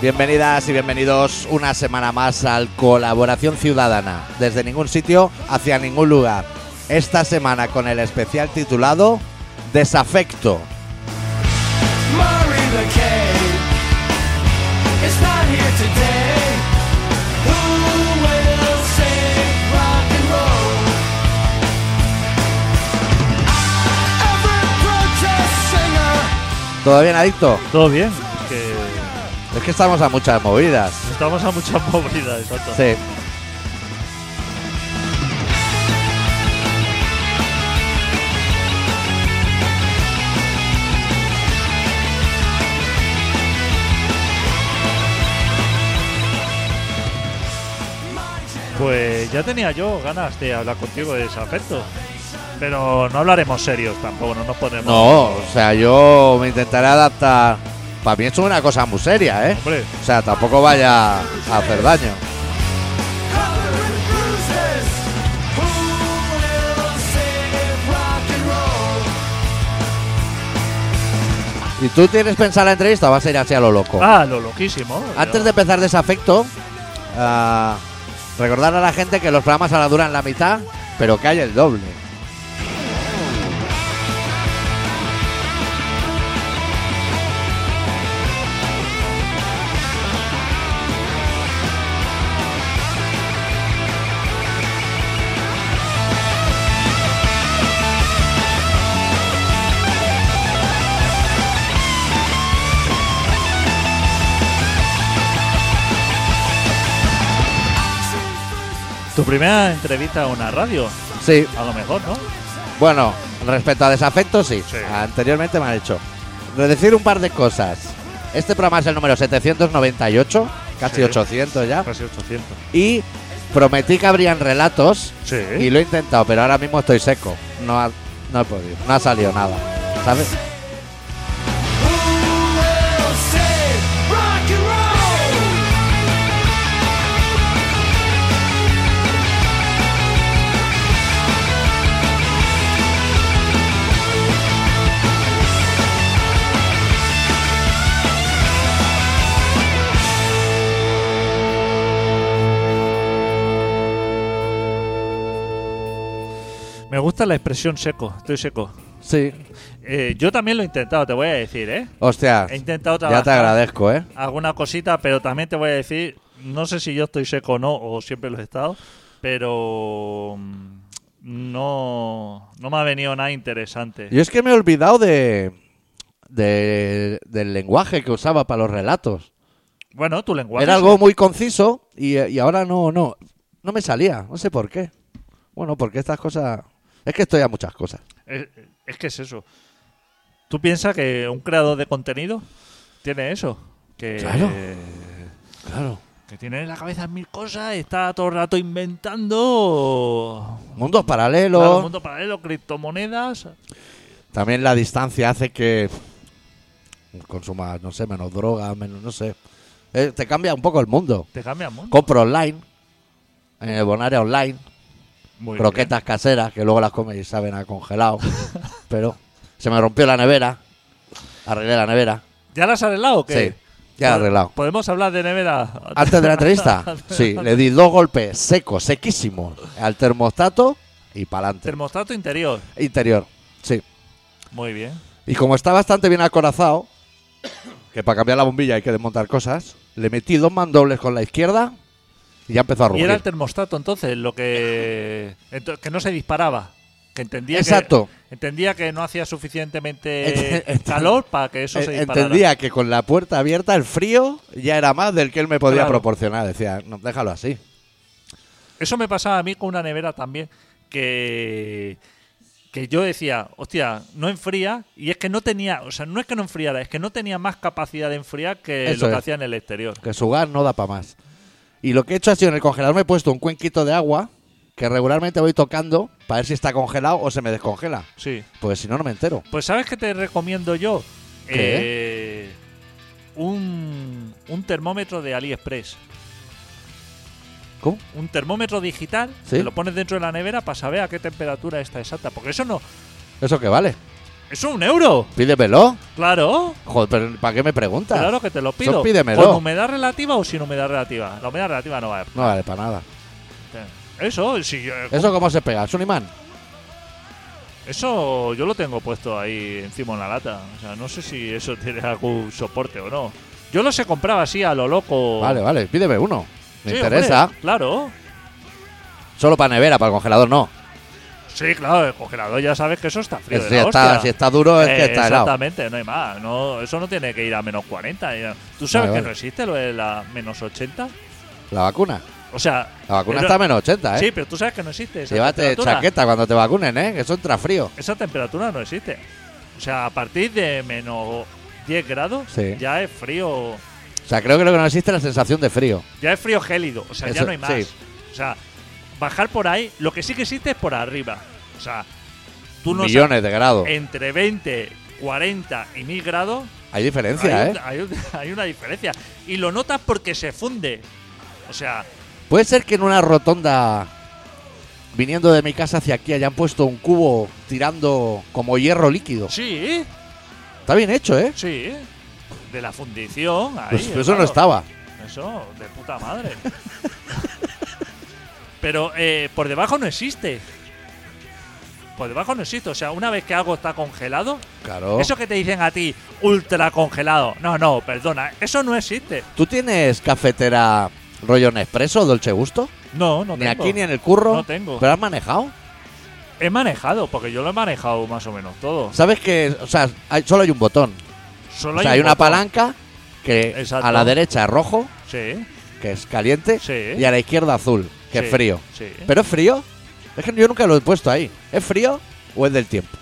Bienvenidas y bienvenidos una semana más al Colaboración Ciudadana, desde ningún sitio hacia ningún lugar. Esta semana con el especial titulado Desafecto. Murray McCain is not here today. Who will save rock and roll? Every protest singer ¿Todo bien, adicto? Todo bien, que Es que estamos a muchas movidas. estamos a mucha movilidad, exacto. Sí. Pues ya tenía yo ganas de hablar contigo de desafecto. Pero no hablaremos serios tampoco, no nos ponemos. No, o sea, yo me intentaré adaptar. Para mí esto es una cosa muy seria, ¿eh? Hombre, O sea, tampoco vaya a hacer daño. covered in bruises. Who will save rock and roll? ¿Y tú tienes pensada la entrevista o vas a ir así a lo loco? ah, lo loquísimo. Antes de empezar desafecto, ah, recordar a la gente que los programas ahora duran la mitad, pero que hay el doble. Tu primera entrevista a una radio, Sí, a lo mejor, ¿no? bueno, respecto a desafecto, sí. Sí. Anteriormente me han hecho. Decir un par de cosas. Este programa es el número 798, casi Sí. 800 ya. Casi 800. Y prometí que habrían relatos Sí. y lo he intentado, pero ahora mismo estoy seco. No, ha- no he podido, no ha salido nada. ¿Sabes? Who will save rock and roll? Me gusta la expresión seco, estoy seco. Sí. Eh, yo también lo he intentado, te voy a decir, ¿eh? Hostia, He intentado ya trabajar te agradezco, ¿eh? alguna cosita, pero también te voy a decir, no sé si yo estoy seco o no, o siempre lo he estado, pero mm, no, no me ha venido nada interesante. Yo es que me he olvidado de, de- del lenguaje que usaba para los relatos. Bueno, tu lenguaje. Era sí. algo muy conciso y, y ahora no, no, no me salía. No sé por qué. Bueno, porque estas cosas... Es que estoy a muchas cosas. Es, es que es eso. ¿Tú piensas que un creador de contenido tiene eso? Que, Claro. Claro. que tiene en la cabeza mil cosas, está todo el rato inventando. Mundos paralelos. Claro, mundo paralelo, criptomonedas. También la distancia hace que consumas, no sé, menos droga, menos, no sé. Eh, te cambia un poco el mundo. Te cambia el mundo. Compro online, en el Bonaria online, Muy croquetas caseras que luego las comes y saben a congelado. Pero se me rompió la nevera, arreglé la nevera. bien. ¿Ya las has arreglado o qué? Ah. Sí, ya la he arreglado. ¿Podemos hablar de nevera? Antes de la entrevista, sí, le di dos golpes secos, sequísimos, al termostato y para adelante. Termostato interior. Interior, sí. Muy bien. Y como está bastante bien acorazado, que para cambiar la bombilla hay que desmontar cosas, le metí dos mandobles con la izquierda y ya empezó a Y rugir. era el termostato entonces lo que. ento- que no se disparaba. Que entendía Exacto. que. Entendía que no hacía suficientemente Ent- ent- calor para que eso Eh, se disparara. Entendía que con la puerta abierta el frío ya era más del que él me podía Claro. proporcionar. Decía, no, déjalo así. Eso me pasaba a mí con una nevera también. Que. Que yo decía, hostia, no enfría. Y es que no tenía. O sea, no es que no enfriara, es que no tenía más capacidad de enfriar que Eso lo que es. hacía en el exterior. que su gas no da para más. Y lo que he hecho ha sido en el congelador me he puesto un cuenquito de agua que regularmente voy tocando para ver si está congelado o se me descongela. Sí. Pues si no, no me entero. Pues ¿sabes qué te recomiendo yo? Eh, un, un termómetro de AliExpress. ¿Cómo? Un termómetro digital, Sí. que lo pones dentro de la nevera para saber a qué temperatura está exacta. Porque eso no, ¿Eso qué vale? ¡Eso un euro! Pídemelo. ¡Claro! Joder, pero ¿para qué me preguntas? Claro que te lo pido. Eso pídemelo. ¿Con humedad relativa o sin humedad relativa? La humedad relativa no vale. No vale para nada. Eso, si, eh, ¿Eso cómo se pega? ¿Es un imán? eso yo lo tengo puesto ahí encima en la lata. O sea, no sé si eso tiene algún soporte o no. Yo los he comprado así a lo loco. Vale, vale, pídeme uno. Me Oh. Sí, interesa. hombre, claro. Solo para nevera, para el congelador no. Sí, claro, el congelador ya sabes que eso está frío. de si, la está, hostia. si está duro es Eh, que está helado. Exactamente, no hay más. No, eso no tiene que ir a menos 40. eh. ¿Tú sabes Vale, que vale. resiste lo de la menos 80? La vacuna. O sea. La vacuna pero- está a menos 80, ¿eh? Sí, pero tú sabes que no existe. Esa Llévate temperatura. chaqueta cuando te vacunen, ¿eh? Que eso entra frío. Esa temperatura no existe. O sea, a partir de menos 10 grados Sí. ya es frío. O sea, creo que lo que no existe es la sensación de frío. Ya es frío gélido. O sea, ya Eso- no hay más. sí. O sea, bajar por ahí. Lo que sí que existe es por arriba. O sea, tú no Millones de grados. sabes, Eh, entre 20, 40 y 1000 grados Hay diferencia, hay, ¿eh? un- hay un- hay una diferencia. Y lo notas porque se funde. O sea, Puede ser que en una rotonda, viniendo de mi casa hacia aquí, hayan puesto un cubo tirando como hierro líquido. sí, Está bien hecho, ¿eh? sí. De la fundición. ahí, Pues eso no claro. estaba. Eso, de puta madre. Pero eh, por debajo no existe. Por debajo no existe. O sea, una vez que algo está congelado, Claro. eso que te dicen a ti, ultra congelado. No, no, perdona, eso no existe. ¿Tú tienes cafetera rollo Nespresso, Dolce Gusto? No, no ni tengo. aquí ni en el curro. No tengo. Pero has manejado. He manejado, porque yo lo he manejado más o menos todo. Sabes que, o sea, hay- solo hay un botón. Solo O sea, un hay una botón. palanca que Exacto. a la derecha es rojo, Sí, que es caliente, Sí. y a la izquierda azul, que sí, es frío. Sí. ¿Pero es frío? Es que yo nunca lo he puesto ahí. ¿Es frío o es del tiempo?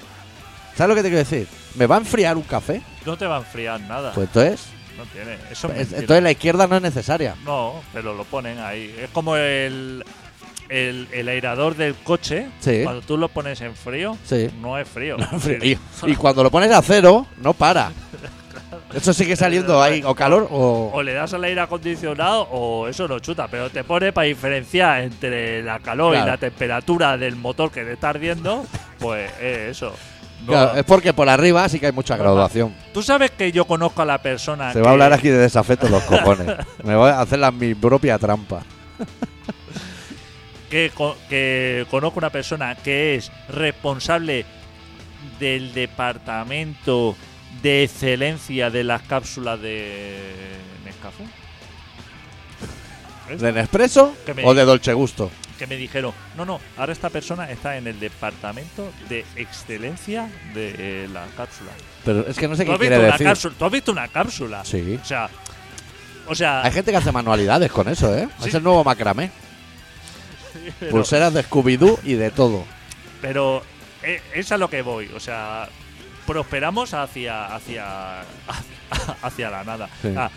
¿Sabes lo que te quiero decir? ¿Me va a enfriar un café? No te va a enfriar nada. Pues entonces, no tiene. Eso es es- mentira. entonces la izquierda no es necesaria. No, pero lo ponen ahí. Es como el, el, el airador del coche. Sí. Cuando tú lo pones en frío, Sí. no es frío. Y, y cuando lo pones a cero, no para. Eso sigue saliendo ahí, o calor o... O le das al aire acondicionado o eso lo chuta, pero te pone para diferenciar entre la calor y Claro. la temperatura del motor que te está ardiendo, pues es eso. No- Claro, es porque por arriba sí que hay mucha No, graduación. Tú sabes que yo conozco a la persona. Se Ah, que- va a hablar aquí de desafeto los cojones. Me voy a hacer la, mi propia trampa. que, co- que conozco una persona que es responsable del departamento de excelencia de las cápsulas de Nescafé. ¿Ves? ¿De Nespresso ¿Qué me o de Dolce Gusto? Que me dijeron, no, no, ahora esta persona está en el departamento de excelencia de eh, las cápsulas. Pero es que no sé ¿Tú qué has, quiere visto una decir. cápsula? ¿Tú has visto una cápsula? Sí. O sea, o sea, Hay gente que hace manualidades con eso, ¿eh? Sí. Es el nuevo macramé. pero- Pulseras de Scooby-Doo y de todo. Pero e- es a lo que voy, o sea, prosperamos hacia hacia hacia la nada. Sí. O sea,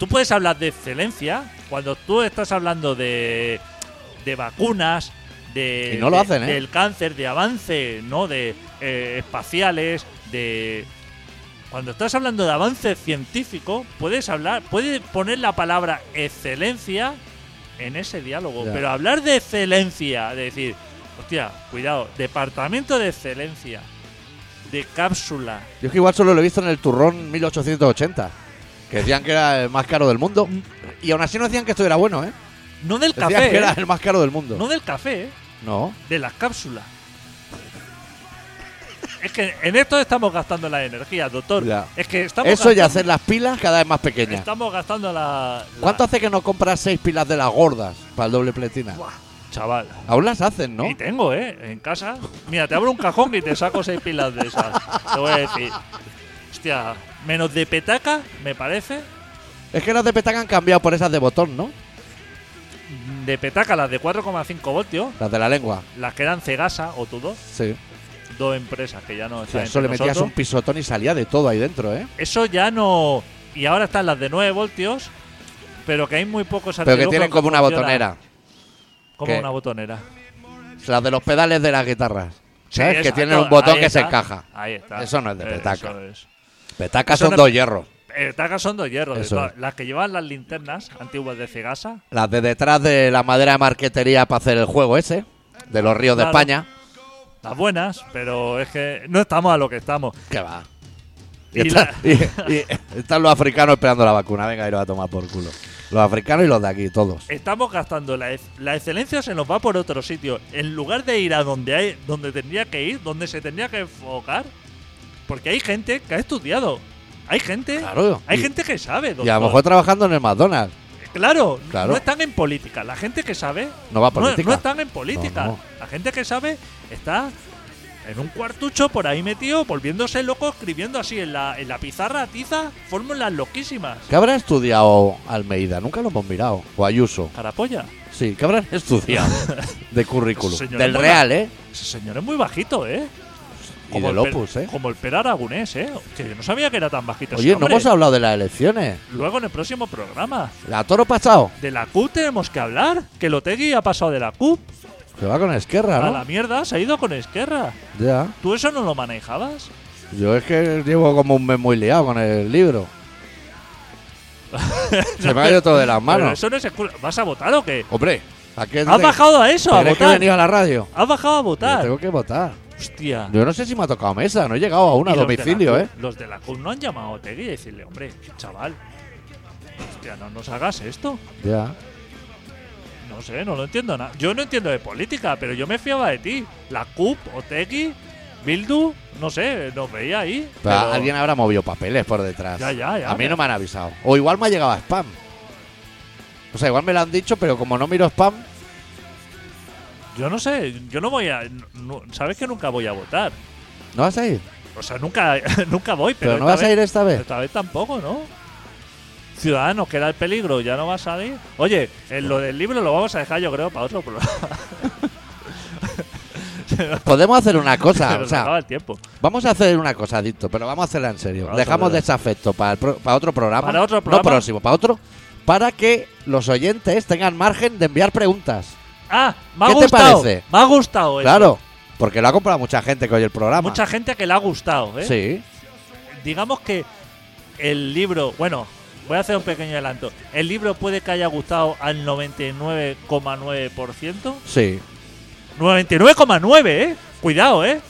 tú puedes hablar de excelencia cuando tú estás hablando de de vacunas, de Y no lo de- hacen, ¿eh? del cáncer, de avance, no, de eh, espaciales, de cuando estás hablando de avance científico, puedes hablar, puedes poner la palabra excelencia en ese diálogo. Ya. Pero hablar de excelencia, de decir, hostia, cuidado, departamento de excelencia, de cápsula. Yo es que igual solo lo he visto en el turrón 1880, que decían que era el más caro del mundo. Y aún así no decían que esto era bueno, ¿eh? No del Decían café, que era ¿eh? el más caro del mundo. no del café, ¿eh? No. de las cápsulas. Es que en esto estamos gastando la energía, doctor. Ya. Es que estamos Eso y gastando, hacer las pilas cada vez más pequeñas. estamos gastando la, la- ¿Cuánto hace que no compras seis pilas de las gordas para el doble pletina? Buah, chaval. Aún las hacen, ¿no? Y tengo, ¿eh? En casa. Mira, te abro un cajón y te saco seis pilas de esas. Te voy a decir. Hostia, menos de petaca, me parece. Es que las de petaca han cambiado por esas de botón, ¿no? De petaca, las de 4,5 voltios, Las de la lengua. las que eran Cegasa o Tudor, Sí. dos empresas que ya O no sea, están. eso le entre metías nosotros. un pisotón y salía de todo ahí dentro, ¿eh? Eso ya no. Y ahora están las de 9 voltios, pero que hay muy pocos Pero que artilugios tienen como una funcionan botonera. Como que- una botonera. Las de los pedales de las guitarras. ¿Sabes? Sí, que exacto, tienen un botón ahí que se está, encaja. Ahí está. Eh, Eso no es de petaca. Eso es. Petacas Eso son no- dos hierros. Petacas Eh, son dos hierros. de Eso todas- es. Las que llevan las linternas antiguas de Cegasa, Las de detrás de la madera de marquetería para hacer el juego ese, de los ríos de Claro. España. cosas buenas, pero es que no estamos a lo que estamos. ¿Qué va? Y Y, está- la- y- y están los africanos esperando la vacuna. Venga, y lo va a tomar por culo. Los africanos y los de aquí, todos. Estamos gastando la, ex- la excelencia se nos va por otro sitio. En lugar de ir a donde hay, donde tendría que ir, donde se tendría que enfocar, porque hay gente que ha estudiado, hay gente, Claro. hay Y- gente que sabe. Y a lo doctor. mejor trabajando en el McDonald's. Claro, Claro. no están en política. La gente que sabe No va a política. No, están en política. No, no. La gente que sabe está en un cuartucho por ahí metido, volviéndose loco, escribiendo así en la, en la pizarra tiza fórmulas loquísimas. ¿Qué habrá estudiado Almeida? Nunca lo hemos mirado. O Ayuso. Carapolla. Sí, ¿qué habrán estudiado de currículum? Señora Del Mona. Real, ¿eh? Ese señor es muy bajito, ¿eh? Y del el per- Opus, ¿eh? Como el per aragonés, ¿eh? Que yo no sabía que era tan bajito. ese Oye, no Pues hombre. hemos hablado de las elecciones. Luego en el próximo programa. ¿La toro pasado? De la CUP tenemos que hablar. Que Lotegui ha pasado de la CUP. Se va con Esquerra, A ¿no? la mierda, se ha ido con Esquerra. Ya. ¿Tú eso no lo manejabas? Yo es que llevo como un mes muy liado con el libro. Se me ha ido todo de las Pero manos. eso no es excusa. ¿Vas a votar o qué? Hombre, ¿a qué ¿Has te- bajado a eso? ¿A tenés que votar? venir a la radio? ¿Has bajado a Yo votar? tengo que votar. Hostia. Yo no sé si me ha tocado mesa, no he llegado aún a Y los de la domicilio, CUP ¿eh? Los de la CUP no han llamado a Otegui y decirle, hombre, chaval, hostia, no nos hagas esto. Ya. No sé, no lo entiendo nada. Yo no entiendo de política, pero yo me fiaba de ti. La CUP, Otegui, Bildu, no sé, nos veía ahí. Pero pero- alguien habrá movido papeles por detrás. Ya, ya, ya. a mí no me han avisado. O igual me ha llegado a spam. O sea, igual me lo han dicho, pero como no miro spam, Yo no sé, yo no voy a. no- sabes que nunca voy a votar. no vas a ir. O sea, nunca, nunca voy, pero. Pero, no esta vas a vez- ir esta vez. Esta vez tampoco, ¿no? Ciudadanos, que era el peligro, ya no va a salir. Oye, en lo del libro lo vamos a dejar, yo creo, para otro programa. Podemos hacer una pero cosa. o nos sea, acaba el tiempo. Vamos a hacer una cosa, Dicto, pero vamos a hacerla en serio. Para otro Dejamos programa. desafecto para, el pro- para otro programa. Para otro programa. No próximo, para otro. Para que los oyentes tengan margen de enviar preguntas. Ah, me ha ¿Qué te gustado. parece? Me ha gustado eso. Claro, porque lo ha comprado mucha gente que oye el programa. Pues Mucha gente que le ha gustado, ¿eh? Sí. Digamos que el libro, bueno, voy a hacer un pequeño adelanto. El libro puede que haya gustado al 99,9%. Sí, 99,9, ¿eh? Cuidado, ¿eh?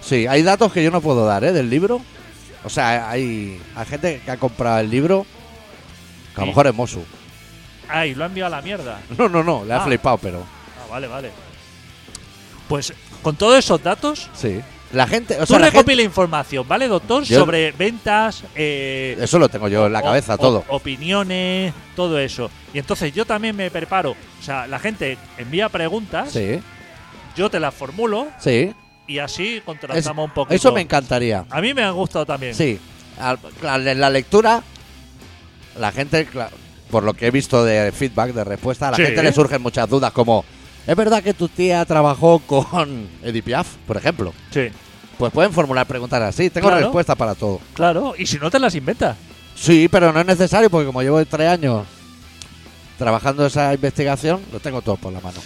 sí. Hay datos que yo no puedo dar, ¿eh? Del libro. O sea, hay, hay gente que ha comprado el libro que a lo Sí. mejor es Mosu. Ay, lo ha enviado a la mierda. No, no, no, le ha Ah. flipado, pero Ah, vale, vale. Pues con todos esos datos, sí. La gente, o tú sea, la gente- recopila información, ¿vale, doctor? Yo- Sobre ventas, eh, eso lo tengo yo en la o- cabeza, o- todo. opiniones, todo eso. Y entonces yo también me preparo. O sea, la gente envía preguntas, Sí, yo te las formulo sí. y así Es- contrastamos un poquito. eso me encantaría. A mí me ha gustado también. Sí, al- claro, en la lectura, la gente, cla- por lo que he visto de feedback, de respuesta, a la Sí. gente le surgen muchas dudas, como, ¿es verdad que tu tía trabajó con Edith Piaf, por ejemplo? Sí, Pues pueden formular preguntas así, tengo Claro. respuesta para todo. claro. Y si no te las inventas. Sí, pero no es necesario porque como llevo tres años trabajando esa investigación, lo tengo todo por la mano.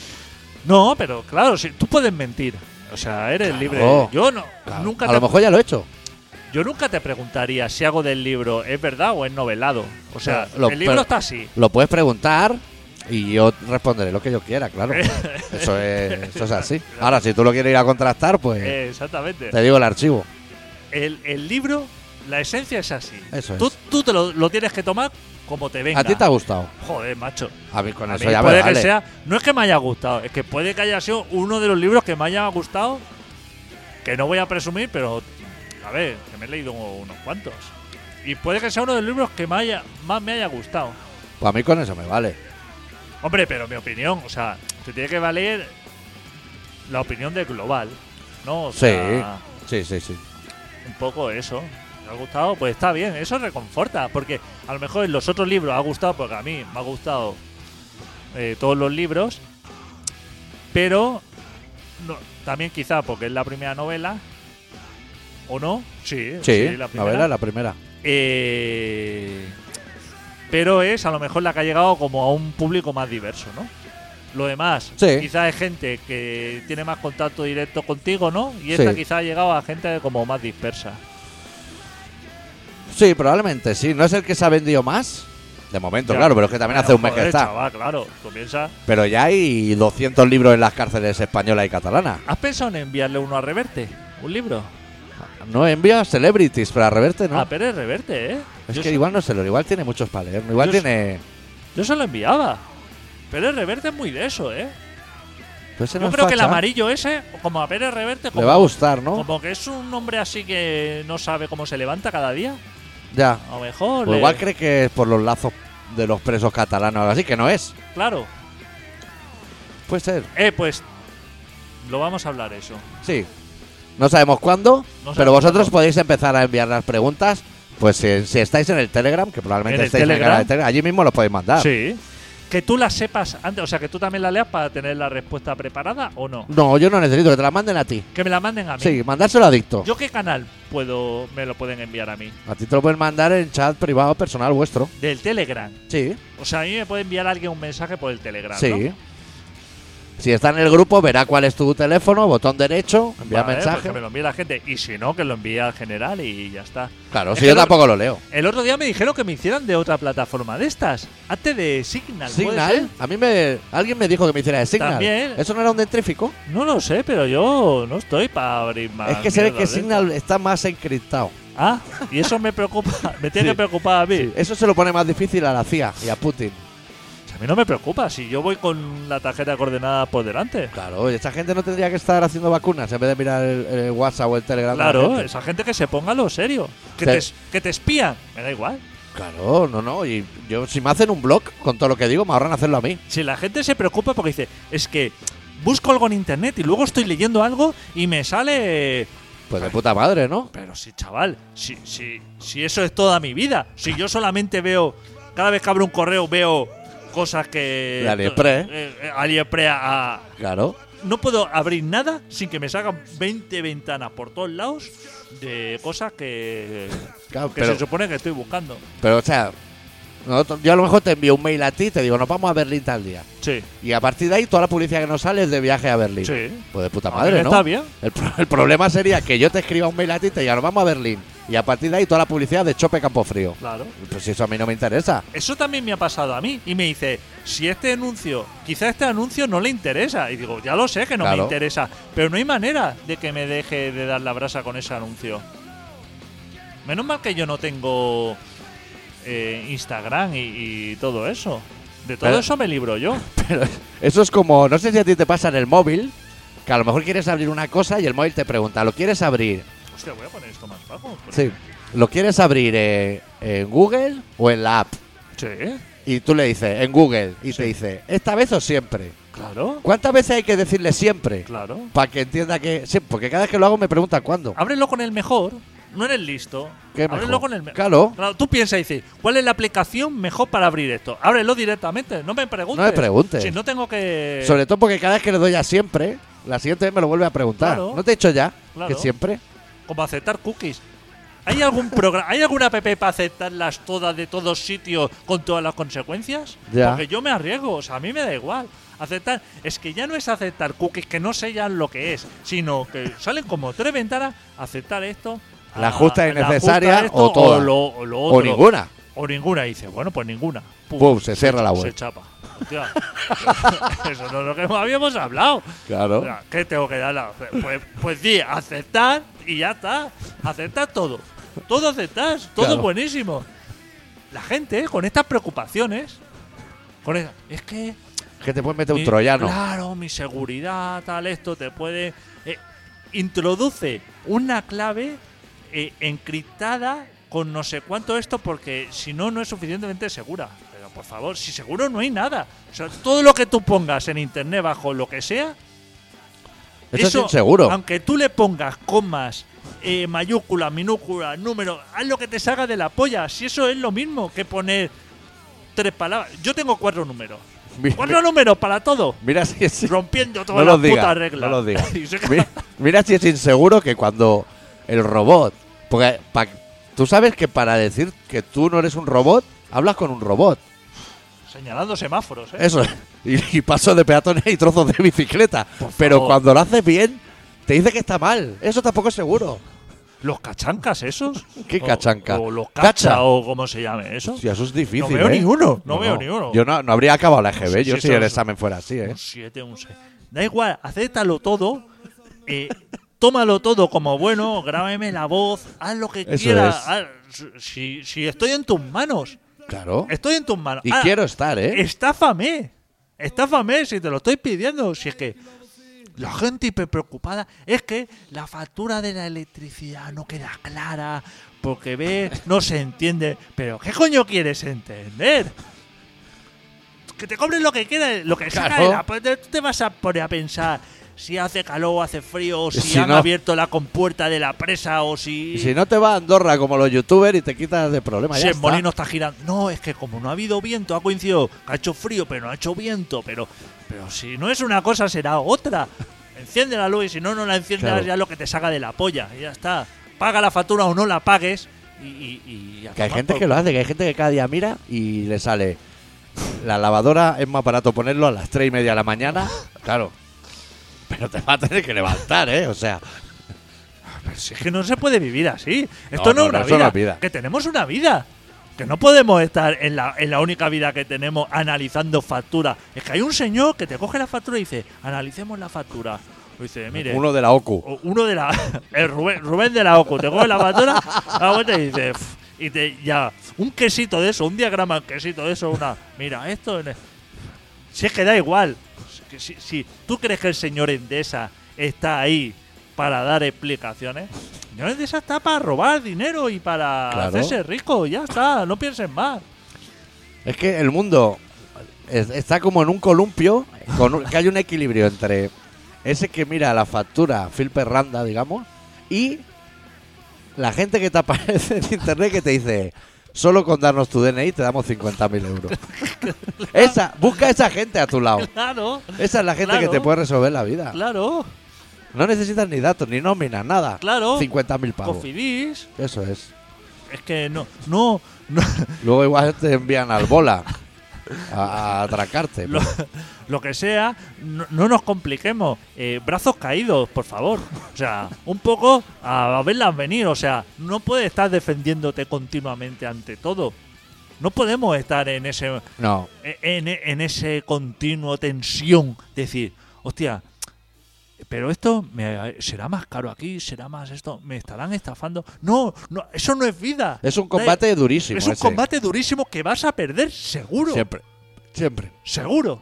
No, pero claro, si, tú puedes mentir. O sea, eres libre. Yo no, Claro. nunca a lo te- mejor ya lo he hecho. Yo nunca te preguntaría si hago del libro es verdad o es novelado. O sea, Lo- el libro pero- está así. Lo puedes preguntar y yo responderé lo que yo quiera, claro. Eso es, eso es así. Ahora, si tú lo quieres ir a contrastar, pues... Eh, exactamente. Te digo el archivo. El, el libro, la esencia es así. Eso es. tú, tú te lo, lo tienes que tomar como te venga. ¿A ti te ha gustado? Joder, macho. A mí con A eso mí ya me puede vale. que sea. No es que me haya gustado, es que puede que haya sido uno de los libros que me haya gustado. Que no voy a presumir, pero a ver, que me he leído unos cuantos. Y puede que sea uno de los libros que me haya- más me haya gustado. Pues a mí con eso me vale. Hombre, pero mi opinión, o sea, te tiene que valer la opinión de global, ¿no? O Sí. sea, Sí, sí, sí. un poco eso. Me ha gustado, pues está bien, eso reconforta, porque a lo mejor en los otros libros ha gustado, porque a mí me ha gustado eh, todos los libros, pero no- también quizá porque es la primera novela, ¿o no? Sí, Sí, la primera. novela la primera. Eh, pero es a lo mejor la que ha llegado como a un público más diverso, ¿no? Lo demás, Sí. quizás es gente que tiene más contacto directo contigo, ¿no? Y esta Sí. quizás ha llegado a gente como más dispersa. Sí, probablemente sí. ¿No es el que se ha vendido más? De momento, Ya. claro, pero es que también hace Bueno, un mes que joder, está. chaval, claro, comienza. Pero ya hay 200 libros en las cárceles españolas y catalanas. ¿Has pensado en enviarle uno a Reverte? ¿Un libro? No envía celebrities para reverte, ¿no? A Pérez Reverte, ¿eh? es Yo que so- igual no se lo, igual tiene muchos para leer, Igual Yo so- tiene. Yo se lo enviaba. Pérez Reverte es muy de eso, ¿eh? pero ese no Yo es creo que el pues facha. amarillo ese, como a Pérez Reverte, como, Le va a gustar, ¿no? como que es un hombre así que no sabe cómo se levanta cada día. Ya. A lo mejor. O le- Pues igual cree que es por los lazos de los presos catalanos o algo así, que no es. Claro. Puede ser, Eh, pues. Lo vamos a hablar eso. sí. No sabemos cuándo, sabemos pero vosotros cuándo. podéis empezar a enviar las preguntas. Pues si, si estáis en el Telegram, que probablemente ¿En el estáis en el Telegram? canal de Telegram, allí mismo los podéis mandar. Sí. Que tú la sepas antes, o sea, que tú también la leas para tener la respuesta preparada o no. No, yo no necesito que te la manden a ti. Que me la manden a mí. Sí, mandárselo a Adicto. ¿Yo qué canal puedo me lo pueden enviar a mí? A ti te lo pueden mandar en chat privado personal vuestro. Del Telegram. Sí, O sea, a mí me puede enviar alguien un mensaje por el Telegram. sí. ¿no? Si está en el grupo, verá cuál es tu teléfono, botón derecho, envía Vale, pues mensaje. que me lo envíe la gente. Y si no, que lo envíe al general y ya está. Claro, Es si que yo no- tampoco lo leo. El otro día me dijeron que me hicieran de otra plataforma de estas. Antes de Signal. ¿puede ser? Signal, a mí me. Alguien me dijo que me hiciera de Signal. También. ¿Eso no era un dentrífico? No lo sé, pero yo no estoy para abrir más. es que se ve mierdas que de Signal está más encriptado. estas. Ah, y eso me preocupa. Me tiene Sí. que preocupar a mí. Eso se lo pone más difícil a la CIA y a Putin. O sea, a mí no me preocupa si yo voy con la tarjeta coordenada por delante. Claro, oye, esta gente no tendría que estar haciendo vacunas en vez de mirar el, el WhatsApp o el Telegram. de la Claro, gente. esa gente que se ponga lo serio. Que, Sí. te, que te espían. Me da igual. Claro, no, no. Y yo, si me hacen un blog con todo lo que digo, me ahorran hacerlo a mí. Si la gente se preocupa porque dice, es que busco algo en internet y luego estoy leyendo algo y me sale. Pues de puta madre, ¿no? Pero sí, chaval, si, si, si eso es toda mi vida. Si yo solamente veo, cada vez que abro un correo veo cosas que. De AliExpress. Eh, eh, AliExpress a- a- Claro. No puedo abrir nada sin que me salgan 20 ventanas por todos lados de cosas que. Claro, que pero- se supone que estoy buscando. Pero, o sea, nosotros- yo a lo mejor te envío un mail a ti y te digo, nos vamos a Berlín tal día. Sí. Y a partir de ahí, toda la publicidad que nos sale es de viaje a Berlín. Sí. Pues de puta A mí madre, me ¿no? está bien. El, pro- el problema sería que yo te escriba un mail a ti y te diga, nos vamos a Berlín. Y a partir de ahí, toda la publicidad de Chope Campofrío. Claro. Pues eso a mí no me interesa. Eso también me ha pasado a mí. Y me dice, si este anuncio, quizá este anuncio no le interesa. Y digo, ya lo sé que no Claro. me interesa. Pero no hay manera de que me deje de dar la brasa con ese anuncio. Menos mal que yo no tengo eh, Instagram y, y todo eso. De todo Pero- eso me libro yo. Pero eso es como, no sé si a ti te pasa en el móvil, que a lo mejor quieres abrir una cosa y el móvil te pregunta, ¿lo quieres abrir? Hostia, voy a poner esto más bajo. Sí. ¿Lo quieres abrir eh, en Google o en la app? Sí, Y tú le dices, en Google, y te dice, ¿esta vez o siempre? claro, ¿Cuántas veces hay que decirle siempre? claro. Para que entienda que. Sí, porque cada vez que lo hago me pregunta cuándo. Ábrelo con el mejor. No eres listo. ¿Qué Ábrelo mejor? con el mejor. Claro. Tú piensas y dices, ¿cuál es la aplicación mejor para abrir esto? Ábrelo directamente. No me preguntes. No me preguntes. Si no tengo que. Sobre todo porque cada vez que le doy a siempre, la siguiente vez me lo vuelve a preguntar. Claro. ¿No te he dicho ya? Claro. Que siempre. Como aceptar cookies. ¿Hay algún programa, hay alguna app para aceptarlas todas de todos sitios con todas las consecuencias? Ya. Porque yo me arriesgo, o sea, a mí me da igual. Aceptar, es que ya no es aceptar cookies que no sé ya lo que es, sino que salen como tres ventanas, aceptar esto, La a- justa y la justa necesaria esto, o todas. lo, o lo O otro. ninguna. O ninguna, y dice, bueno, pues ninguna. Pum, Pum, se cierra la se web. chapa. Hostia, eso no es lo que habíamos hablado. Claro. O sea, ¿Qué tengo que dar? la- Pues, pues di, aceptar y ya está. Aceptar todo. Todo aceptas, todo Claro. buenísimo. La gente eh, con estas preocupaciones, con esa- es que. Que te pueden meter un mi- troyano. Claro, mi seguridad, tal, esto te puede. eh, introduce una clave eh, encriptada con no sé cuánto esto, porque si no, no es suficientemente segura. Pero por favor, si seguro no hay nada. O sea, todo lo que tú pongas en internet bajo lo que sea, Eso, es inseguro. aunque tú le pongas comas, eh, mayúscula, minúscula, número, haz lo que te salga de la polla. Si eso es lo mismo que poner tres palabras. Yo tengo cuatro números. Mi- Cuatro números para todo. Mira si es. Rompiendo No todas lo las digas. putas reglas. No lo digas. Y se- Mi- Mira si es inseguro que cuando el robot. Porque pa- tú sabes que para decir que tú no eres un robot, hablas con un robot. Señalando semáforos, ¿eh? Eso. Y, y pasos de peatones y trozos de bicicleta. Por Pero favor. cuando lo haces bien, te dice que está mal. Eso tampoco es seguro. ¿Los cachancas esos? ¿Qué O- cachanca? O, los ¿Cacha? cacha, o como se llame eso. Hostia, eso es difícil. No veo ¿eh? ni uno, no veo ni uno. Yo no, no habría acabado la EGB, Sí, yo sí, si eso el es- examen fuera así, ¿eh? Un 7, un 6. Da igual, acéptalo todo. eh, tómalo todo como bueno. Grábeme la voz. Haz lo que Eso quieras. es. haz- si, si estoy en tus manos. Claro. Estoy en tus manos. Y Ah, quiero estar, ¿eh? Estáfame. Estáfame si te lo estoy pidiendo. Si es que la gente hiper preocupada es que la factura de la electricidad no queda clara porque ve, no se entiende. Pero ¿qué coño quieres entender? Que te cobren lo que quieras, lo que salga de Claro. la- pues, Tú te vas a poner a pensar si hace calor o hace frío, o si, si han no- abierto la compuerta de la presa o si... Y si no te va a Andorra como los youtubers y te quitas de problemas. Si ya el está. molino está girando. No, es que como no ha habido viento, ha coincidido. que Ha hecho frío, pero no ha hecho viento. Pero, pero si no es una cosa, será otra. Enciende la luz y si no, no la enciendas, Claro. ya lo que te saca de la polla. Y ya está. Paga la factura o no la pagues. Y, y- y a Que hay tomar gente por- que lo hace, que hay gente que cada día mira y le sale. La lavadora es más barato ponerlo a las 3 y media de la mañana. Claro. Pero te va a tener que levantar, ¿eh? O sea, Pero si es que no se puede vivir así. Esto No, no, no, no, es eso una no es vida. vida. Que tenemos una vida. Que no podemos estar en la, en la única vida que tenemos analizando facturas. Es que hay un señor que te coge la factura y dice, analicemos la factura. Y dice, mire, uno de la OCU. O uno de la el Rubén, Rubén de la OCU te coge la patora, da la vuelta y dice "Pf", y te ya un quesito de eso, un diagrama un quesito de eso, una mira esto en el- si es que da igual, si, si- si tú crees que el señor Endesa está ahí para dar explicaciones, el señor Endesa está para robar dinero y para Claro. hacerse rico, ya está, no pienses más. Es que el mundo es- está como en un columpio, con un- que hay un equilibrio entre ese que mira la factura, Phil Perranda, digamos, y la gente que te aparece en internet que te dice, solo con darnos tu DNI te damos 50.000 euros. esa, busca esa gente a tu lado. Claro, Esa es la gente Claro. que te puede resolver la vida. claro, No necesitas ni datos, ni nómina, nada. Claro. 50.000 pavos. Cofidis, Eso es. es que no, no, no, Luego igual te envían al bola a, a atracarte. lo, lo que sea, no, no nos compliquemos. Eh, brazos caídos, por favor. O sea, un poco a, a verlas venir. O sea, no puedes estar defendiéndote continuamente ante todo. No podemos estar en ese No, en, en ese continuo tensión. Decir, hostia, pero esto me- será más caro aquí, será más esto, me estarán estafando. No, no eso no es vida. Es un combate durísimo. Eh, Es un ese. combate durísimo que vas a perder seguro. Siempre. Siempre. Seguro.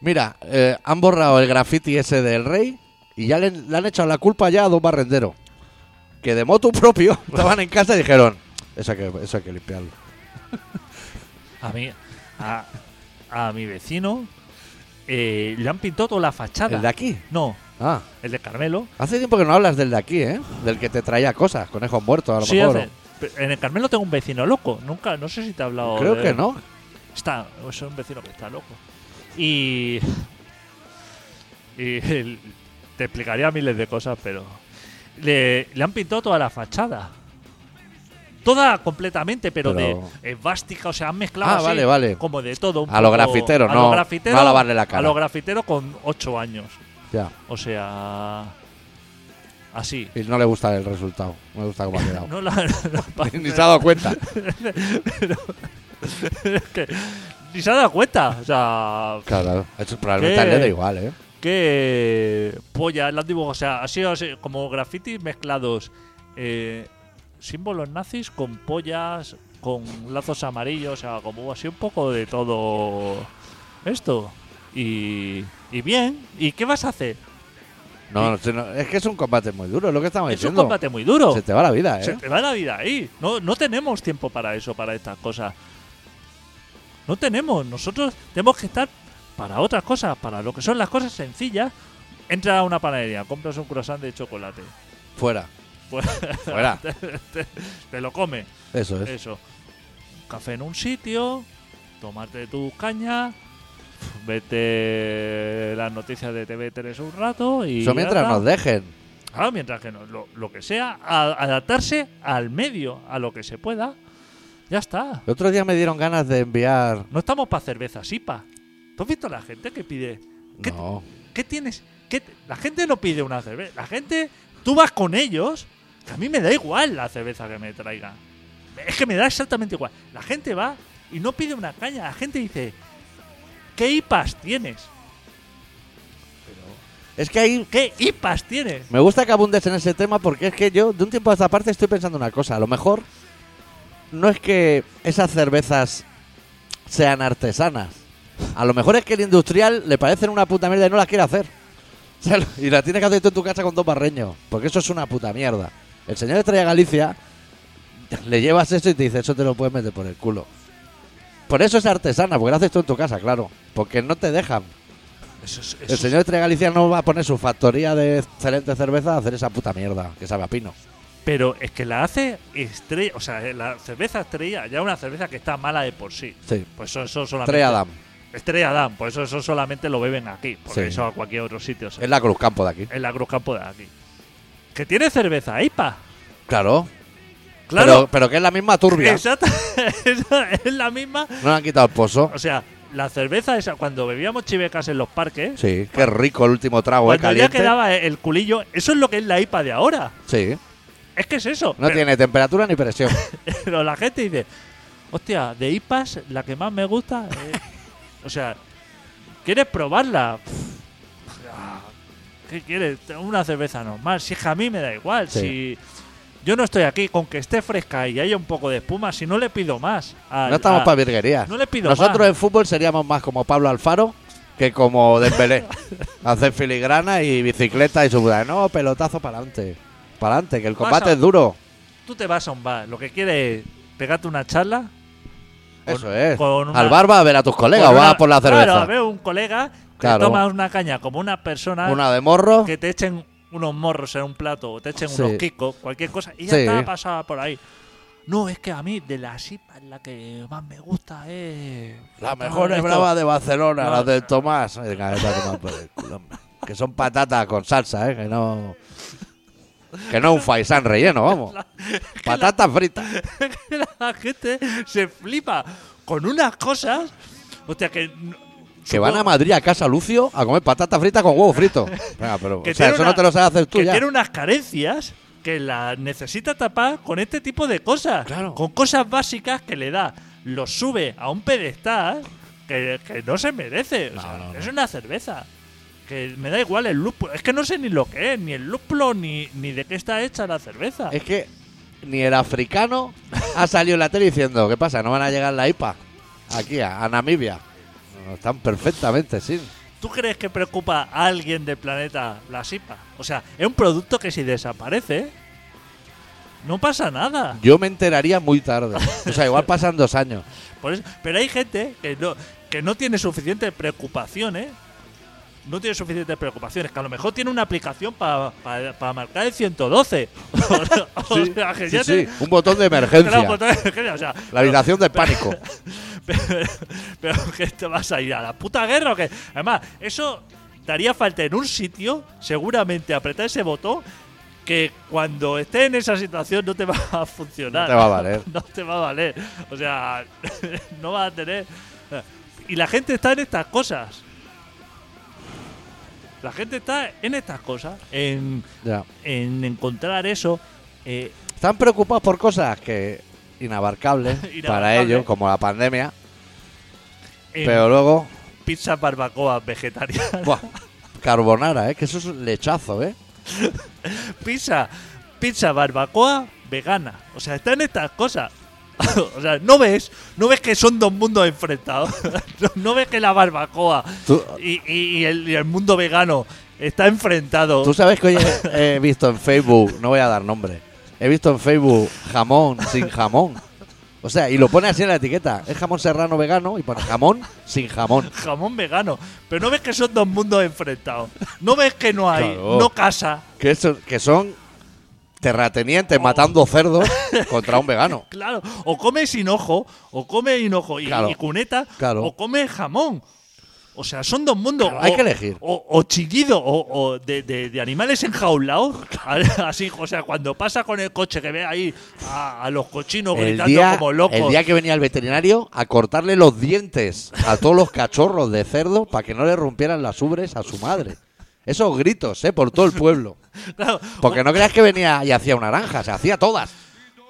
Mira, eh, han borrado el graffiti ese del rey y ya le, le han echado la culpa ya a dos barrenderos. Que de moto propio estaban en casa y dijeron: Eso hay que, eso hay que limpiarlo. A mi, a, a mi vecino eh, le han pintado toda la fachada. ¿El de aquí? No, Ah, el de Carmelo. hace tiempo que no hablas del de aquí, ¿eh? Del que te traía cosas, conejos muertos, a lo Sí, mejor. hace- pe- en el Carmelo tengo un vecino loco. Nunca, no sé si te he hablado. Creo de- que no. Está, es un vecino que está loco. Y. y el- te explicaría miles de cosas, pero. Le, le han pintado toda la fachada. Toda completamente, pero, Pero- de esvástica, o sea, han mezclado Ah, así, vale, vale. como de todo. un A los poco- grafiteros, a no- los no a grafiteros, lavarle la cara. A los grafiteros con 8 años. Ya. O sea. Así. Y no le gusta el resultado. No le gusta cómo ha quedado. No la- la Ni se ha dado cuenta. ni se ha dado cuenta. O sea, Claro, eso probablemente ¿Qué? le da igual, ¿eh? que polla, las dibujos, o sea, ha sido así, como grafitis mezclados eh, símbolos nazis con pollas, con lazos amarillos, o sea, como así un poco de todo esto. Y, y bien, ¿y qué vas a hacer? No, si no- es que es un combate muy duro, es lo que estamos Es un diciendo. combate muy duro. Se te va la vida, ¿eh? Se te va la vida ahí. No, no tenemos tiempo para eso, para estas cosas. No tenemos. Nosotros tenemos que estar para otras cosas, para lo que son las cosas sencillas. Entra a una panadería, compras un croissant de chocolate. Fuera. Pues Fuera. te lo comes. Eso es. Eso. Café en un sitio, tomarte tus cañas, vete las noticias de TV3 un rato y... Eso ya mientras está. nos dejen. Claro, mientras que no, lo, lo que sea, a- adaptarse al medio, a lo que se pueda, ya está. El otro día me dieron ganas de enviar. No estamos para cervezas IPA. ¿Tú has visto la gente que pide? ¿Qué, No. qué tienes? qué te- la gente no pide una cerveza. La gente, tú vas con ellos Que a mí me da igual la cerveza que me traiga. Es que me da exactamente igual. La gente va y no pide una caña. La gente dice, ¿qué IPAs tienes? Es que ahí ¿Qué IPAs tienes? Me gusta que abundes en ese tema porque es que yo de un tiempo a esta parte estoy pensando una cosa. A lo mejor no es que esas cervezas sean artesanas. A lo mejor es que el industrial le parecen una puta mierda y no las quiere hacer. O sea, lo- Y la tienes que hacer tú en tu casa con dos barreños. Porque eso es una puta mierda. El señor Estrella Galicia le llevas eso y te dice, eso te lo puedes meter por el culo. Por eso es artesana, porque lo haces tú en tu casa, claro. Porque no te dejan. Eso es- eso El es- señor Estrella Galicia no va a poner su factoría de excelente cerveza a hacer esa puta mierda que sabe a pino. Pero es que la hace estrella. O sea, eh, la cerveza estrella ya es una cerveza que está mala de por sí. Sí. Pues eso, eso solamente. Estrella Damm. Estrella Damm, Por eso, eso solamente lo beben aquí. Porque Sí. eso a cualquier otro sitio. se- Es la Cruz Campo de aquí. en la Cruz Campo de aquí. Que tiene cerveza, IPA. Claro. Pero, Claro. pero que es la misma turbia. Exacto. es la misma. No le han quitado el pozo. O sea, la cerveza esa, cuando bebíamos chivecas en los parques, Sí. Qué rico el último trago, ¿eh? cuando ya Caliente. quedaba el culillo, eso es lo que es la IPA de ahora. Sí. Es que es eso. No Pero- tiene temperatura ni presión. Pero la gente dice, hostia, de IPAs la que más me gusta. eh, o sea, ¿quieres probarla? Pff, ah, ¿Qué quieres? Una cerveza normal. Si es que a mí me da igual. Sí. Si yo no estoy aquí, con que esté fresca y haya un poco de espuma, si no le pido más. al- No estamos a- para virguerías. Ah, no le pido Nosotros más. en fútbol seríamos más como Pablo Alfaro que como Dembélé. Hacer filigrana y bicicleta y su No, pelotazo para adelante. Para adelante, que el combate Vas a- es duro. Tú te vas a un bar, lo que quieres es pegarte una charla. con- Eso es. con una- Al bar va a ver a tus colegas con o va una- por la cerveza. Claro, a ver, un colega que Claro. toma una caña como una persona. Una de morro. que te echen unos morros en un plato o te echen Oh. Sí. unos kikos, cualquier cosa, y ya Sí. está pasada por ahí. No, es que a mí de las IPAs la que más me gusta es. La mejor es Esto. brava de Barcelona, No. la de Tomás. Venga, vete a tomar por el culo, hombre. que son patatas con salsa, ¿eh? Que no. Que no un faisán relleno, vamos. Patatas fritas. La gente se flipa con unas cosas. Hostia, que. no- Que van a supongo- Madrid a casa Lucio a comer patatas fritas con huevo frito. Venga, pero. que o sea, tiene eso una- no te lo sabes hacer tú que ya. tiene unas carencias que la necesita tapar con este tipo de cosas. Claro. Con cosas básicas que le da. Lo sube a un pedestal que, que no se merece. O sea, no, no. Es una cerveza. Que me da igual el lúpulo. Es que no sé ni lo que es, ni el lúpulo, ni, ni de qué está hecha la cerveza. Es que ni el africano ha salido en la tele diciendo: ¿Qué pasa? ¿No van a llegar la IPA? Aquí, a, a Namibia. No, están perfectamente, sí. ¿Tú crees que preocupa a alguien del planeta la SIPA? O sea, es un producto que si desaparece, no pasa nada. Yo me enteraría muy tarde. O sea, igual pasan dos años. Por eso- pero hay gente que no, que no tiene suficientes preocupaciones. No tiene suficientes preocupaciones. Que a lo mejor tiene una aplicación para marcar el 112. o Sí, sea, que sí, ya sí, te- un botón de te la emergencia. botón de emergencia, o sea, La habitación del pánico. pero, pero que te vas a ir a la puta guerra. ¿o qué? Además, eso daría falta en un sitio, seguramente apretar ese botón, que cuando estés en esa situación no te va a funcionar. No te va a valer. No te va a valer. O sea, no vas a tener... Y la gente está en estas cosas. La gente está en estas cosas, en, Ya. en encontrar eso. eh, Están preocupados por cosas que inabarcables para Inabarcables. Eh. ellos, como la pandemia, en pero luego, pizza barbacoa vegetariana. buah, carbonara, ¿eh? que eso es un lechazo, ¿eh? pizza, pizza barbacoa vegana. O sea, están estas cosas. o sea, no ves, no ves que son dos mundos enfrentados. no, no ves que la barbacoa Tú- y, y- y el, y el mundo vegano está enfrentado. Tú sabes que hoy he, he visto en Facebook, no voy a dar nombre, he visto en Facebook jamón sin jamón. O sea, y lo pone así en la etiqueta, es jamón serrano vegano y pone jamón sin jamón. Jamón vegano. Pero no ves que son dos mundos enfrentados. No ves que no hay, Claro. no casa. Que, eso, que son terratenientes matando cerdos contra un vegano. Claro, o come sin ojo, o come hinojo y, Claro. y cuneta, Claro. o come jamón. O sea, son dos mundos. Claro, hay O- que elegir. O, o chillido, o, o de, de- de animales enjaulados. Así, o sea, cuando pasa con el coche que ve ahí a, a los cochinos el gritando día, como locos. el día que venía el veterinario a cortarle los dientes a todos los cachorros de cerdo para que no le rompieran las ubres a su madre. Esos gritos, ¿eh? Por todo el pueblo. Claro, Porque no creas que venía y hacía una naranja, se hacía todas.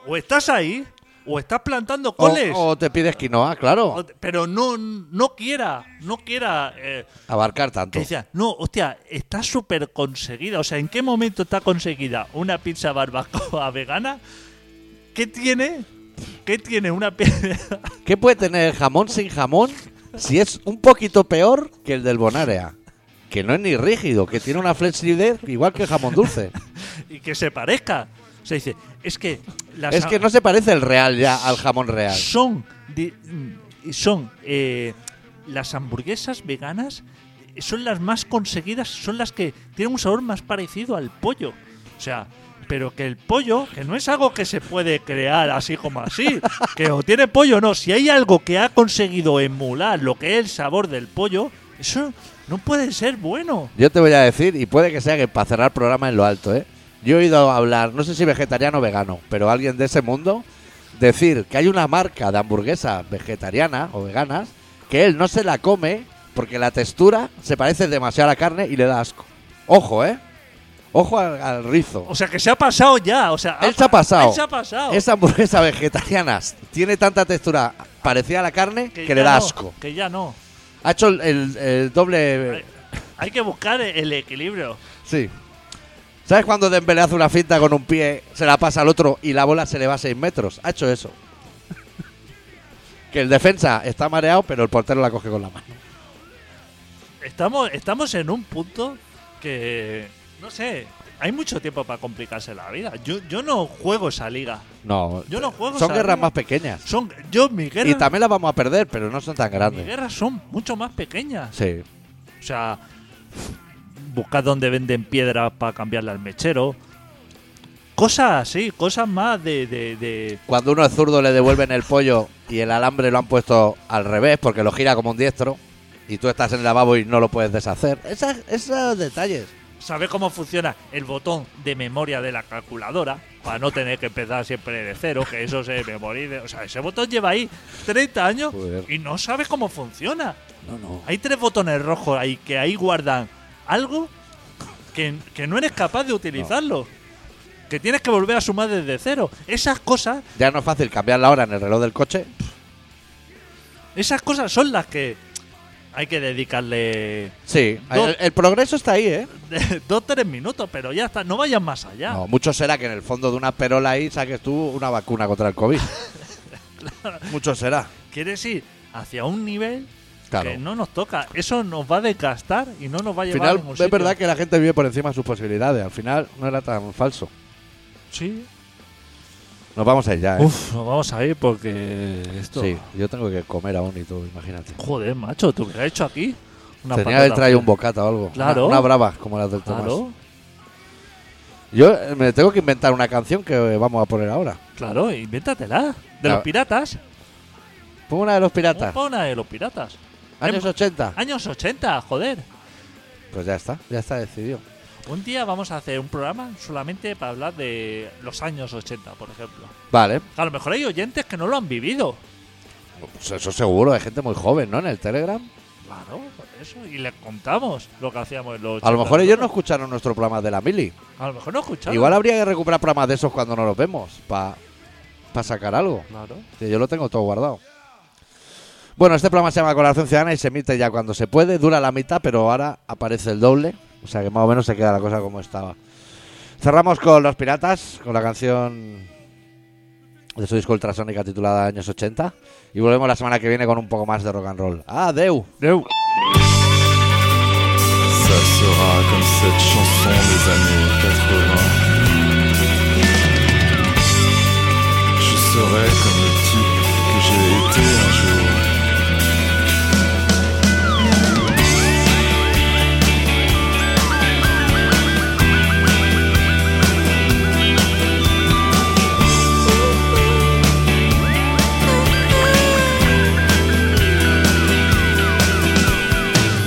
o, o estás ahí, o estás plantando O, coles. o te pides quinoa, claro. O- Pero no, no quiera, no quiera. eh, Abarcar tanto. que decía, no, hostia, está súper conseguida. O sea, ¿en qué momento está conseguida una pizza barbacoa vegana? ¿Qué tiene? ¿Qué tiene una pizza? ¿Qué puede tener el jamón sin jamón si es un poquito peor que el del Bonarea? Que no es ni rígido, que tiene una flexibilidad igual que el jamón dulce. y que se parezca? Se dice, es que las Es que no se parece el real ya al jamón real. son, di- mm, son eh, las hamburguesas veganas eh, son las más conseguidas, son las que tienen un sabor más parecido al pollo. O sea, pero que el pollo, que no es algo que se puede crear así como así, que o tiene pollo o no, si hay algo que ha conseguido emular lo que es el sabor del pollo, eso no puede ser bueno. Yo te voy a decir, y puede que sea que para cerrar programa en lo alto, ¿eh? Yo he oído hablar, no sé si vegetariano o vegano, pero alguien de ese mundo decir que hay una marca de hamburguesas vegetarianas o veganas que él no se la come porque la textura se parece demasiado a la carne y le da asco. Ojo, ¿eh? Ojo al, al rizo. O sea, que se ha pasado ya, o sea, Él se ha pasado. Él se ha pasado. Esa hamburguesa vegetariana tiene tanta textura parecida a la carne que, le ya da no, asco. que ya no. Ha hecho el, el- el doble. Hay- hay que buscar el equilibrio. Sí. ¿Sabes cuando Dembélé hace una finta con un pie, se la pasa al otro y la bola se le va a 6 metros? Ha hecho eso. que el defensa está mareado, pero el portero la coge con la mano. Estamos, estamos en un punto que, no sé, hay mucho tiempo para complicarse la vida. Yo, yo no juego esa liga. No, Yo no juego son esa guerras liga. más pequeñas. Son, yo, mis Y guerras, también las vamos a perder, pero no son tan mis grandes. guerras son mucho más pequeñas. Sí. O sea, buscad donde venden piedras para cambiarle al mechero. Cosas así, cosas más de... de, de- Cuando uno es zurdo le devuelven el pollo y el alambre lo han puesto al revés porque lo gira como un diestro y tú estás en el lavabo y no lo puedes deshacer. Esas- esos detalles. saber cómo funciona el botón de memoria de la calculadora para no tener que empezar siempre de cero, que eso se memorice. O sea, ese botón lleva ahí 30 años Joder. y no sabes cómo funciona. No, no. Hay tres botones rojos ahí que ahí guardan algo que, que no eres capaz de utilizarlo. Que tienes que volver a sumar desde cero. Esas cosas, Ya no es fácil cambiar la hora en el reloj del coche. esas cosas son las que hay que dedicarle Sí, Do- el, el progreso está ahí, ¿eh? dos tres minutos, pero ya está, no vayas más allá. No, mucho será que en el fondo de una perola ahí saques tú una vacuna contra el COVID. Mucho será. Quieres ir hacia un nivel Claro. que no nos toca. Eso nos va a desgastar y no nos va a Al llevar a final, ningún sitio. es verdad que la gente vive por encima de sus posibilidades. Al final, no era tan falso. Sí. Nos vamos a ir ya, ¿eh? Uf, nos vamos a ir porque esto... Sí, yo tengo que comer aún y todo, imagínate. Joder, macho, ¿tú qué has hecho aquí? Una Tenía que haber patata traído un bocata o algo. Claro. Una, una brava, como las del Tomás. Claro, Yo eh, me tengo que inventar una canción que eh, vamos a poner ahora. claro, invéntatela. De Claro. los piratas. Pongo una de los piratas. Opa, una de los piratas. Años Em- 80. Años 80, joder. Pues ya está, ya está decidido. Un día vamos a hacer un programa solamente para hablar de los años 80, por ejemplo. Vale, A lo mejor hay oyentes que no lo han vivido. pues eso seguro. Hay gente muy joven, ¿no? En el Telegram. Claro, por eso. Y les contamos lo que hacíamos en los 80. A lo mejor ellos no escucharon nuestro programa de la Mili. A lo mejor no escucharon. Igual habría que recuperar programas de esos cuando no los vemos, para sacar algo. Claro. Que Yo lo tengo todo guardado. Bueno, este programa se llama Colaboración Ciudadana y se emite ya cuando se puede. Dura la mitad, pero ahora aparece el doble. O sea que más o menos se queda la cosa como estaba. Cerramos con Los Piratas, con la canción de su disco ultrasónica titulada Años 80. Y volvemos la semana que viene con un poco más de rock and roll. ¡Adeu! ¡Adeu! Ça sera comme cette chanson des années 80. Je serai comme le type que j'ai été un jour.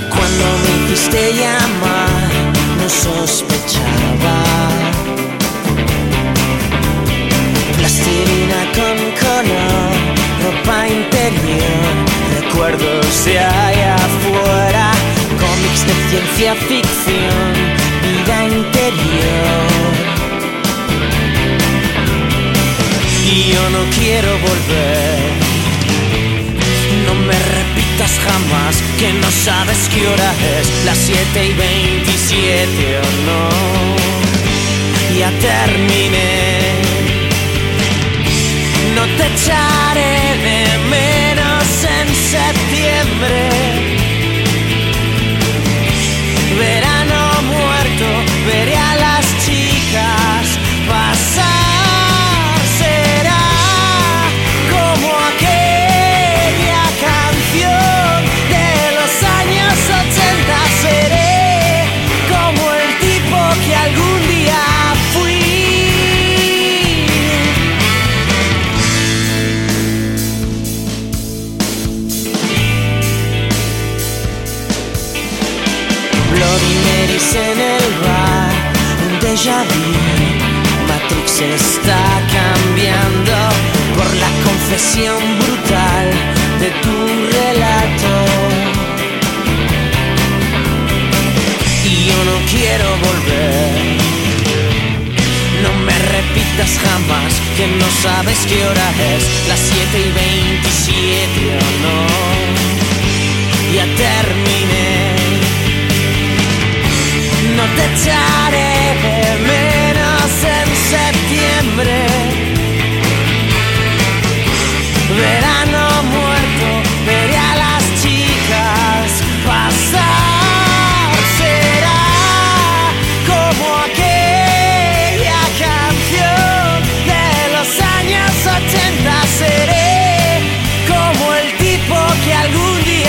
Cuando me fuiste llamar, no sospechaba. Plastilina con color, ropa interior, recuerdos de allá afuera, cómics de ciencia ficción, quiero volver. No me repitas jamás que no sabes qué hora es, las 7 y 27 o no. Ya terminé. No te echaré de menos en septiembre. Verano muerto, veré a las chicas pasar. Será como aquella canción de los años 80. Seré como el tipo que algún día fui. Bloody Marys en el bar, un déjà vu. Matrix está cambiando por la confesión brutal de tu relato. Y yo no quiero volver. No me repitas jamás que no sabes qué hora es, las 7 y 27 o no. Ya terminé. No te echaré de menos en septiembre. Verano muerto, veré a las chicas pasar. Será como aquella canción de los años 80. Seré como el tipo que algún día.